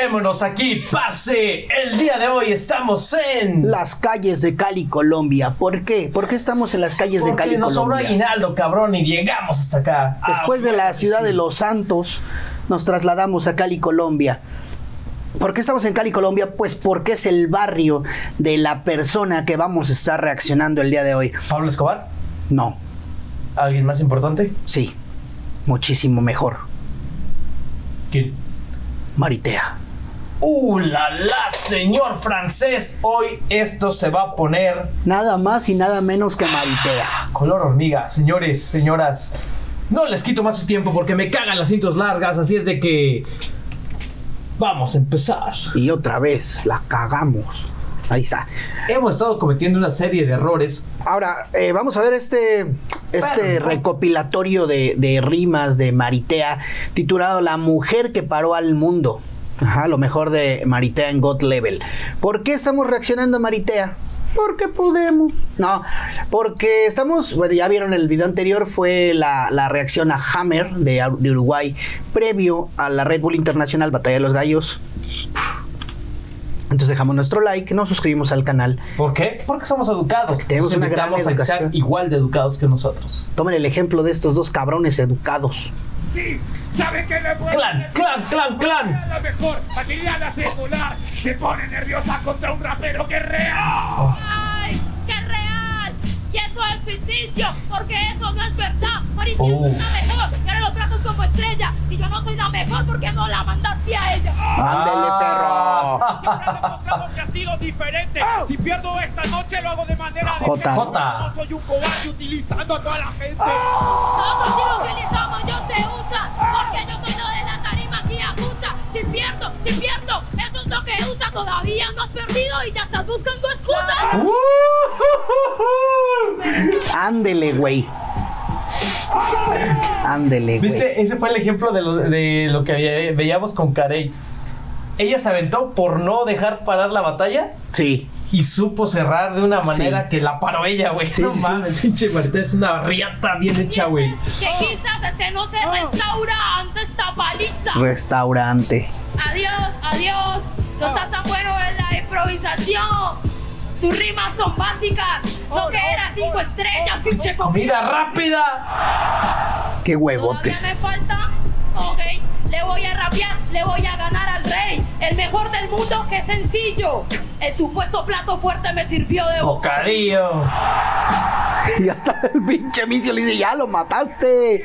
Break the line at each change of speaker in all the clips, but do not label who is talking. Vémonos aquí, parce. El día de hoy estamos en.
Las calles de Cali, Colombia. ¿Por qué? ¿Por qué estamos en las calles de Cali,
Porque nos sobró
Colombia?
aguinaldo, cabrón, y llegamos hasta acá. Ah,
Después de la ciudad de Los Santos, nos trasladamos a Cali, Colombia. ¿Por qué estamos en Cali, Colombia? Pues porque es el barrio de la persona que vamos a estar reaccionando el día de hoy.
Pablo Escobar,
No,
¿alguien más importante?
sí, muchísimo mejor.
¿Quién?
Maritea.
¡Uh, la, la, señor francés! Hoy esto se va a poner
Nada más y nada menos que Maritea.
color hormiga. Señores, señoras, no les quito más su tiempo porque me cagan las cintas largas, así es de que. Vamos a empezar.
Y otra vez, la cagamos. Ahí está.
Hemos estado cometiendo una serie de errores.
Ahora, eh, vamos a ver este, este
Bueno.
recopilatorio de, de rimas de Maritea titulado La mujer que paró al mundo. Ajá, lo mejor de Maritea en God Level. ¿Por qué estamos reaccionando a Maritea? Porque podemos. No, porque estamos, bueno, ya vieron el video anterior, fue la, la reacción a Hammer de, de Uruguay previo a la Red Bull Internacional Batalla de los Gallos. Entonces dejamos nuestro like, nos suscribimos al canal.
¿Por qué? Porque somos educados.
Porque tenemos
Los
una gran
invitamos a que sean
educación.
igual de educados que nosotros.
Tomen el ejemplo de estos dos cabrones educados.
Sí, sabe que la muerte
¡Clan,
es
clan, clan, clan!
la mejor, Adriana secular, se pone nerviosa contra un rapero que
Ah.
rea.
¡Ay! ¡Qué real! Y eso es ficticio, porque eso no es verdad. Maritia
Oh.
es la mejor, y ahora lo tratas como estrella. Si yo no soy la mejor, ¿por qué no la mandaste a ella?
Ándele,
Ah.
Demostramos que ha sido diferente.
¡Au!
Si pierdo esta noche lo hago de manera
Jota.
decente.
Jota.
No soy un cobarde utilizando a toda la gente.
Ah.
Nosotros sí lo utilizamos, yo se usa, porque yo soy lo de la tarima aquí aguda. Si pierdo, si pierdo, eso es lo que usa. Todavía no has perdido y ya estás buscando excusas.
Uh.
perro. Ándele, güey. Ándele, güey.
¿Viste? Ese fue el ejemplo de lo, de lo que ve- veíamos con Carey. Ella se aventó por no dejar parar la batalla
Sí.
y supo cerrar de una manera
Sí.
que la paró ella, güey.
Sí,
no
sí, sí.
mames, pinche Marta es una riata bien hecha, güey.
Que quizás este no se restaura ante esta paliza.
Restaurante.
Adiós, adiós. No estás tan bueno en la improvisación. Tus rimas son básicas. No que eras cinco estrellas, pinche comida.
¡Comida rápida!
Qué
Todavía
huevotes.
me falta. Ok, le voy a rapear, le voy a ganar al rey. El mejor del mundo, qué sencillo. El supuesto plato fuerte me sirvió de boca.
¡Bocadillo!
Y hasta el pinche misio le dice, ya lo mataste.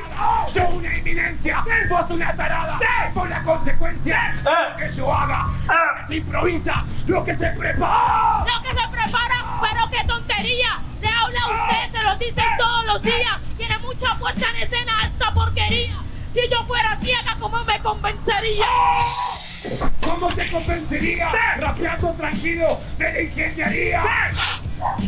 Yo una eminencia, vos una tarada. Por la consecuencia,
Ah.
lo que yo haga, lo que se improvisa, lo que se prepara.
Lo que se prepara, pero qué tontería. Le habla a usted, se lo dice todos los días. Tiene mucha puesta en escena esta porquería. Si yo fuera ciega, ¿cómo me convencería?
¿Cómo te convencería? Rapeando tranquilo de la ingeniería.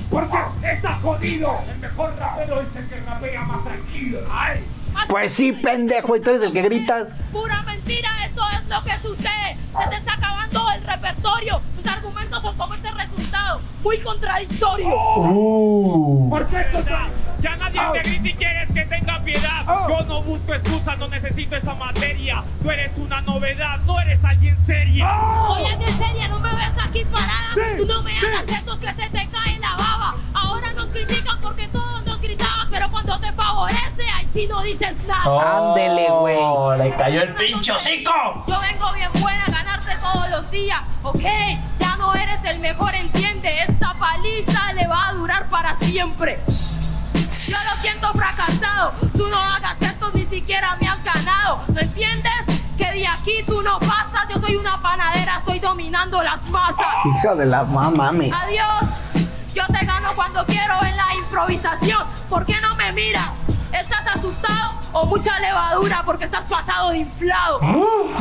Porque estás jodido. El mejor rapero es el que rapea más tranquilo. Ay.
Pues sí, pendejo, y tú eres el que gritas.
Pura mentira, eso es lo que sucede. Se te está acabando el repertorio. Tus argumentos son como este resultado. Muy contradictorio.
¡Uh!
Porque esto es Ah.
Ya nadie
Au.
te grita y quieres que tenga piedad.
Au.
Yo no busco excusas, no necesito esa materia. Tú eres una novedad, no eres alguien seria.
Ah.
Soy alguien seria, no me ves aquí parada.
Sí,
Tú no me
sí.
hagas estos que se te cae la baba. Ahora nos critican porque todos nos gritaban, pero cuando te favorece, ahí sí no dices nada.
Ándele, güey.
Oh, ¡Le cayó el pinche hocico!
Yo vengo bien buena a ganarte todos los días, ¿ok? Ya no eres el mejor, entiende. Esta paliza le va a durar para siempre. Yo lo siento fracasado. Tú no hagas esto, ni siquiera me has ganado. ¿No entiendes? Que de aquí tú no pasas. Yo soy una panadera, estoy dominando las masas.
Hija de la mamá, mames.
Adiós. Yo te gano cuando quiero en la improvisación. ¿Por qué no me miras? ¿Estás asustado o mucha levadura porque estás pasado de inflado?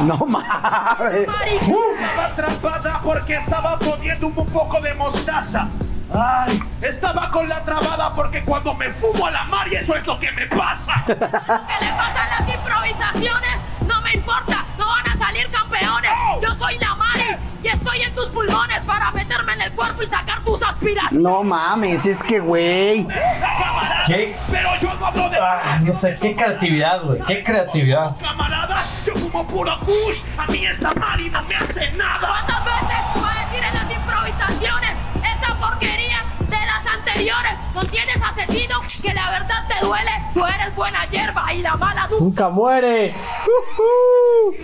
No mames.
Marica.
Estaba trabada porque estaba poniendo un poco de mostaza. Ay, estaba con la trabada porque cuando me fumo a la mar y eso es lo que me pasa.
que le pasan las improvisaciones, no me importa, no van a salir campeones. Yo soy la madre y estoy en tus pulmones para meterme en el cuerpo y sacar tus aspiraciones.
No mames, es que, güey.
Camarada,
¿Qué?
Pero yo no hablo de
Ah, no sé, qué creatividad, güey. Qué creatividad.
camaradas. Yo fumo puro kush. A mí esta Mari no me hace nada.
¿Cuántas veces voy a decir en las improvisaciones esa porquería de las anteriores? No tienes asesino que la verdad te duele. Tú eres buena hierba y la mala tú.
Nunca muere.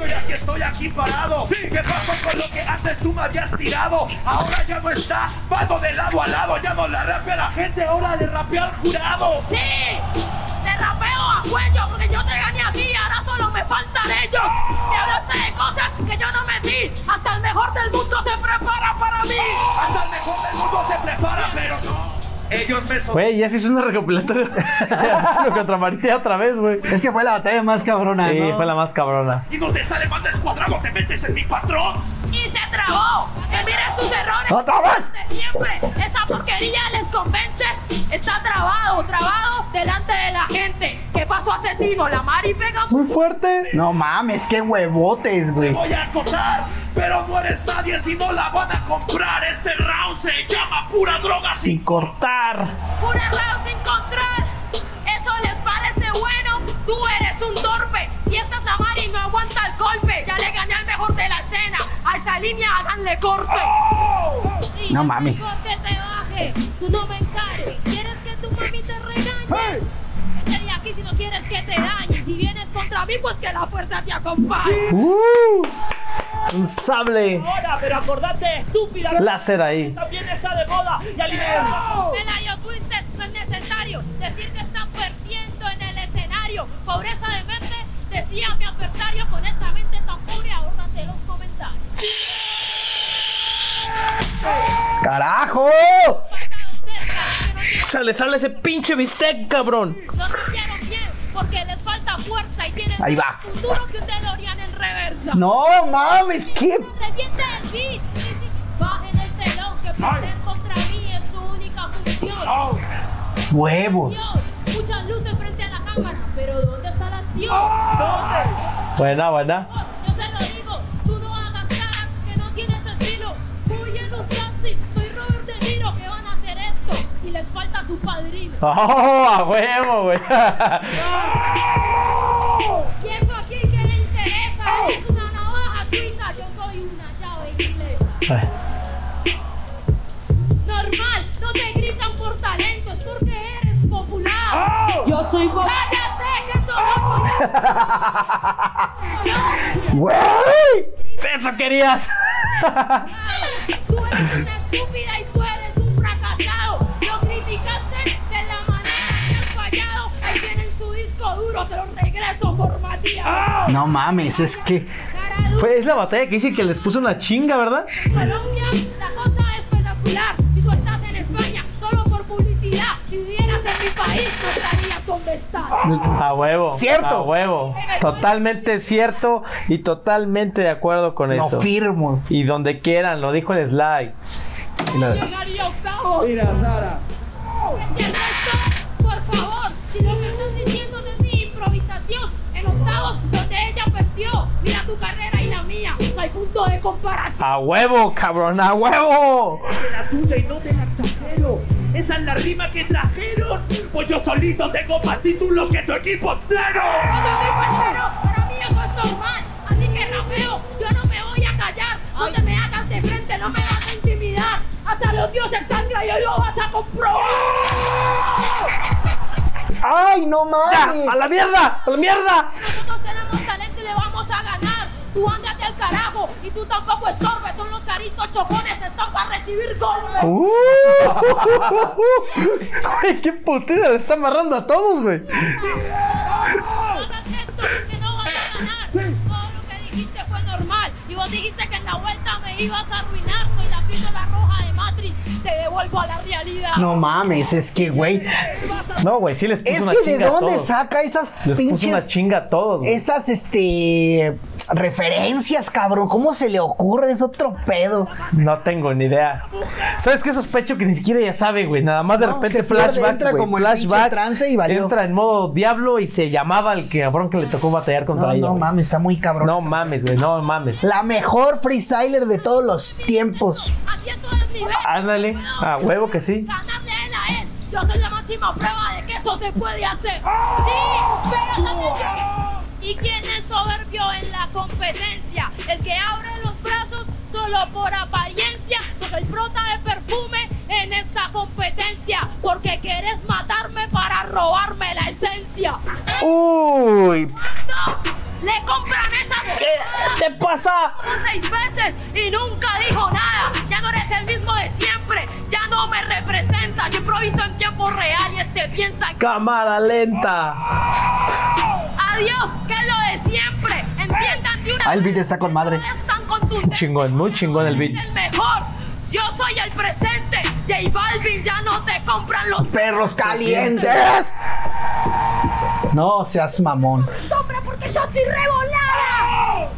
Ya que estoy aquí parado, ¿qué pasó con lo que antes tú me habías tirado? Ahora ya no está, pato de lado a lado, ya no la rapea la gente, ahora de rapear jurado.
¡Sí! Le rapeo a cuello porque yo te gané a ti. Ahora solo me faltan ellos. Me hablaste de cosas que yo no metí. Hasta el mejor del mundo se prepara para mí.
Hasta el mejor del mundo se prepara, pero no. Ellos me son.
Güey, ya se hizo una recopilatoria. Ya se hizo una contra Maritea otra vez, güey.
Es que fue la batalla más cabrona,
Sí,
Ah, ¿no?
fue la más cabrona.
Y no te sale más descuadrado, te metes en mi patrón.
y se trabó. Que mires tus errores.
¡Otra vez!
De siempre. Esa porquería les convence. Está trabado, trabado delante de la gente. ¿Qué pasó, asesino? La Mari pega
Muy fuerte.
No mames, qué huevotes, güey.
Voy a acotar, pero no eres nadie si no la van a comprar. Este round se llama pura droga sin
Sin cortar.
pura rao sin control. Eso les parece bueno. Tú eres un torpe. Y esta es la Mari no aguanta el golpe. Ya le gané al mejor de la escena. A esa línea háganle corte. Y
No mames.
digo que te baje. Tú no me encares. ¿Quieres que tu mami te regañe? Vete de aquí si no quieres que te dañe. Si vienes contra mí, pues que la fuerza te acompañe.
¡Uh! Un sable
Ahora, pero acordate, estúpida.
láser ahí.
También está de moda. Y alimenta.
Pelayo Twisted, no es necesario decir que están perdiendo en el escenario. Pobreza de mente, decía mi adversario con esta mente tan pobre, ahórrate los comentarios.
¡Carajo!
Pasado cerca, que no
Chale, sale ese pinche bistec, cabrón.
No hicieron bien porque les falta fuerza y tienen
Ahí va.
un duro que un DeLorean en reversa.
No mames, qué.
Se siente en mí. Bajen el telón que perder contra mí es su única función.
Huevos.
Dios, muchas luces frente a la cámara, pero ¿dónde está la acción?
Buena, buena.
Vos, Yo se lo digo, tú no hagas cara que no tienes estilo. Voy en un taxi, soy Robert De Niro, que van a hacer esto y les falta su padrino.
¡Oh, a huevo, güey!
Y eso aquí que le interesa, es una navaja suiza, yo soy una llave inglesa. Normal, no te gritan por talento, es porque eres popular. Yo soy popular. ¡Cállate, que esto no
¡Güey!
¡Eso querías!
Tú eres una estúpida y tú eres un fracasado. Lo criticaste de la manera que has fallado. Ahí tienen tu disco duro, te lo regreso formateado.
No mames, Pues es que.
Cara dura.
Fue- es la batalla que dice que les puso una chinga, ¿verdad?
Colombia, la cosa es espectacular. Si tú estás en España, solo por publicidad. Si vivieras en mi país, no estarías donde estás.
A huevo.
Cierto.
A huevo. Totalmente cierto y totalmente de acuerdo con
Lo
eso.
firmo.
Y donde quieran, lo dijo el slide.
Llegaría octavo. Mira, Sara. Frente al resto, por favor, si lo que estás diciendo es mi improvisación, en octavos donde ella perdió, mira tu carrera y la mía, no hay punto de comparación.
A huevo, cabrón, a huevo.
La tuya y no te la exagero. Esa es la rima que trajeron. Pues yo solito tengo más títulos que tu equipo entero.
Yo soy parcero, para mí eso es normal, así que rapeo, yo no me voy a callar, no te me hagas de frente, no me vas a intimidar, hasta los dioses sangra y hoy lo vas a comprobar.
¡Ay, no
¡Ya!
mames!
¡A la mierda! ¡A la mierda!
Nosotros tenemos talento y le vamos a ganar. Tú ándate al carajo y tú tampoco estorbes. Son los caritos chocones, están para recibir golpes.
Oh.
¡Uh! Güey, qué putida le está amarrando a todos, güey.
No hagas esto que no vas a ganar. Todo lo que dijiste fue normal. Y vos dijiste que en la vuelta me ibas a arruinar. Soy la píldora roja de Matrix. Te devuelvo a la realidad.
No mames, es que, güey.
No, güey, sí les puso
Es
una
que
chinga
de
a
dónde
todos.
saca esas
Les puso una
pinches.
chinga a todos, güey.
Esas, este. Referencias, cabrón. ¿Cómo se le ocurre? Es otro pedo.
No tengo ni idea. ¿Sabes qué sospecho que ni siquiera ya sabe, güey? Nada más de
No,
repente
se pierde,
flashbacks,
entra
güey.
como en pinche
flashbacks.
trance y valió.
Entra en modo diablo y se llamaba el que- cabrón que le tocó batallar contra
No,
ella.
no
güey.
mames, está muy cabrón.
No mames, güey, no mames.
La mejor freestyler de todos los tiempos.
Aquí esto es nivel.
Ándale, a huevo que sí.
ganarle a él a él.
¡Oh!
Yo soy la máxima prueba de que eso se puede hacer. Sí, pero también yo- ¿Y quién es soberbio en la competencia? El que abre los brazos solo por apariencia. Sos el prota de perfume en esta competencia. Porque querés matarme para robarme la esencia.
Uy,
¡No! ¡Le compran esa
¿qué te pasa?
como seis veces y nunca dijo nada. Ya no eres el mismo de siempre. Ya no me representa. Yo improviso en tiempo real y este piensa que.
Cámara lenta.
Adiós, que es lo de siempre. Entiendan de una
Ah, el beat
vez
está con
que
madre.
no es tan contundente.
Chingón, muy chingón el beat.
Es el mejor. Yo soy el presente. J Balvin ya no te compran los
Perros calientes. No seas mamón.
sombra porque yo estoy revolada.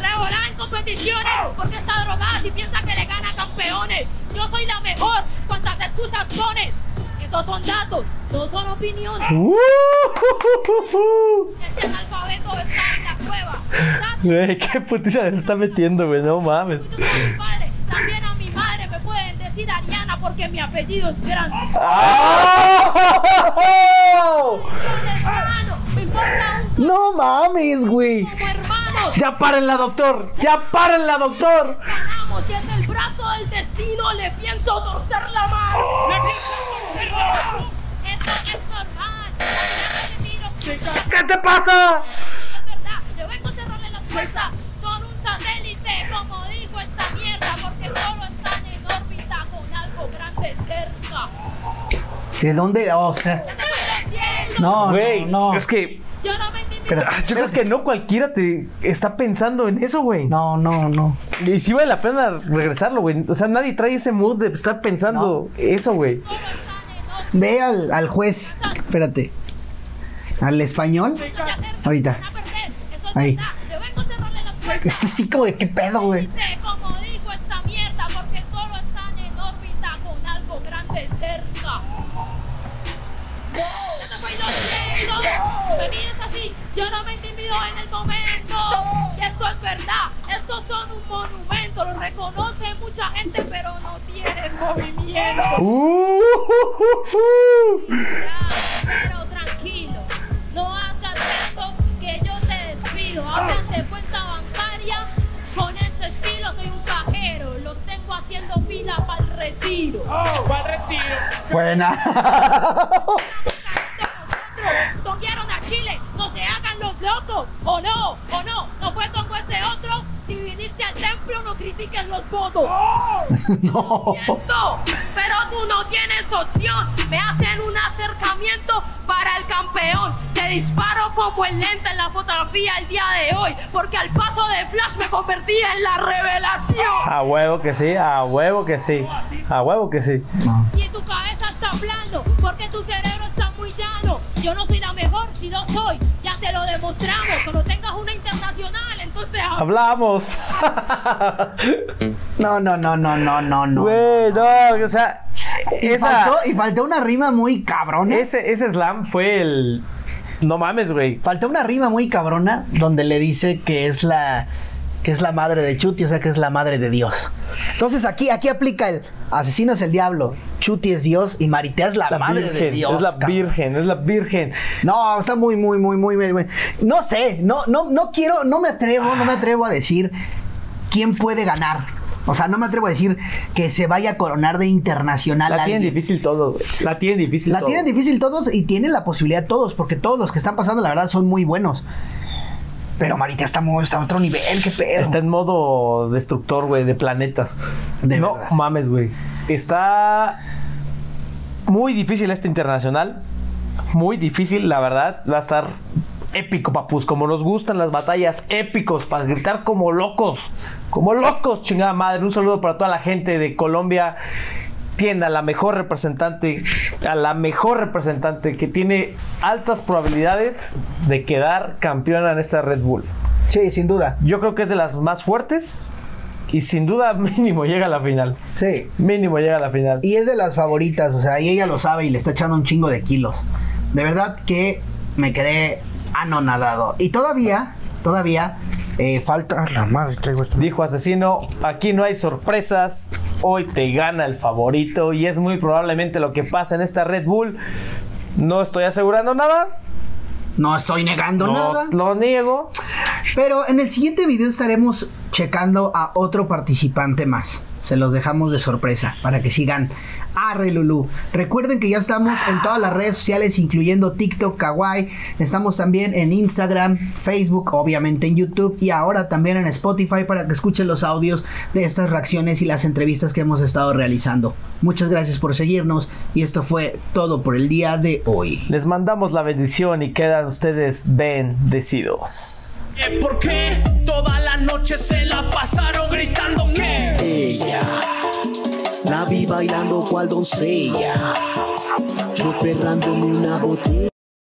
Revolada en competiciones porque está drogada y piensa que le gana a campeones. Yo soy la mejor. ¿Cuántas excusas pones? Estos son datos, no son opiniones.
Uh,
Este analfabeto está en la cueva. Datos,
Güey, qué putiza se está metiendo, güey. No mames.
yo soy mi padre. También a mi madre me pueden decir Ariana porque mi apellido es grande.
¡Ah!
Yo les gano, me importa un
No mames, güey.
como hermanos.
¡Ya párenla, doctor! ¡Ya párenla, doctor!
ganamos y en el brazo del destino le pienso torcer la mano. ¡Le pienso torcer la mano! Eso es normal. Ya me miro, pues,
¿Qué te pasa?
Es verdad, yo vengo a cerrarle la puerta. Son un satélite, como dijo esta mierda, porque solo están en órbita con algo grande cerca. Este
¿De dónde?
Oh,
O sea,
¿Qué te estoy haciendo?
no,
Güey,
no, no.
es que
Yo no me intimidé.
Espera.
ah, yo creo que no cualquiera te está pensando en eso, güey.
No, no, no.
Y sí vale la pena regresarlo, güey. O sea, nadie trae ese mood de estar pensando eso, güey.
Solo están en órbita.
Ve al, al juez. Espérate. ¿Al español?
se acercan,
Ahorita.
van a perder. Eso es
Ahí.
verdad, yo vengo a cerrarle la puerta.
Está así como de qué pedo, güey.
Dice, Este, como dijo esta mierda, porque solo están en órbita con algo grande cerca. Yo te voy diciendo, me mires así, yo no me intimido en el momento. Y esto es verdad, estos son un monumento, lo reconoce mucha gente, pero no tienen movimiento.
Uh, uh, uh, uh.
Ya, pero tranquilo, no hagas esto que yo te despido. Hablas de cuenta bancaria, con ese estilo soy un cajero. Los tengo haciendo fila para el retiro.
Buena.
Nosotros tonguearon a Chile, no se hagan los locos. O no, o no, no fue tongo ese otro. Si viniste al templo, no critiques los votos.
no.
Siento, pero tú no tienes opción. Me hacen un acercamiento para el campeón. Te disparo como el lente en la fotografía el día de hoy, porque al paso de Flash me convertí en la revelación.
A huevo que sí, a huevo que sí, a huevo que sí.
Y en tu cabeza está plano, porque tu cerebro está muy llano. Yo no soy la mejor, si no soy, ya te lo demostramos. Cuando tengas una internacional, entonces
Hablamos.
No, no, no, no, no, no, no.
Güey, no, o sea,
Y,
esa,
faltó, y faltó una rima muy cabrona.
ese, ese slam fue el... No mames, güey.
Faltó una rima muy cabrona donde le dice que es la que es la madre de Chuti, o sea que es la madre de Dios. Entonces aquí, aquí aplica el asesino es el diablo, Chuti es Dios y Maritea es la, madre de Dios.
es la
cabrón.
virgen, es la virgen.
No, está muy, muy, muy, muy, muy, muy- No sé, no, no, no quiero, no me atrevo, no me atrevo a decir quién puede ganar. O sea, no me atrevo a decir que se vaya a coronar de internacional.
La
alguien.
tienen difícil todo, güey. La tienen difícil
La
todo.
tienen difícil todos y tienen la posibilidad todos, porque todos los que están pasando, la verdad, son muy buenos. Pero Marita está, muy, está a otro nivel, qué pedo.
Está en modo destructor, güey, de planetas.
De
no
verdad.
mames, güey. Está muy difícil este internacional. Muy difícil, la verdad. Va a estar épico, papus. Como nos gustan las batallas épicos, para gritar como locos. Como locos, chingada madre. Un saludo para toda la gente de Colombia. Tiene a la mejor representante, a la mejor representante que tiene altas probabilidades de quedar campeona en esta Red Bull.
Sí, sin duda.
Yo creo que es de las más fuertes. Y sin duda, mínimo llega a la final.
Sí.
Mínimo llega a la final.
Y es de las favoritas, o sea, y ella lo sabe y le está echando un chingo de kilos. De verdad que me quedé anonadado. Y todavía, todavía, eh, falta. Ah, la madre, traigo esto.
Dijo Asesino, aquí no hay sorpresas, hoy te gana el favorito y es muy probablemente lo que pasa en esta Red Bull. No estoy asegurando nada,
No estoy negando nada.
No lo niego.
Pero en el siguiente video estaremos checando a otro participante más. Se los dejamos de sorpresa para que sigan Arre Lulú. Recuerden que ya estamos en todas las redes sociales, incluyendo TikTok, Kawaii. Estamos también en Instagram, Facebook, obviamente en YouTube y ahora también en Spotify para que escuchen los audios de estas reacciones y las entrevistas que hemos estado realizando. Muchas gracias por seguirnos y esto fue todo por el día de hoy.
Les mandamos la bendición y quedan ustedes bendecidos.
Eh, ¿Por qué toda la noche se la pasaron gritando que
ella. La vi bailando cual doncella, yo ferrándome una botella.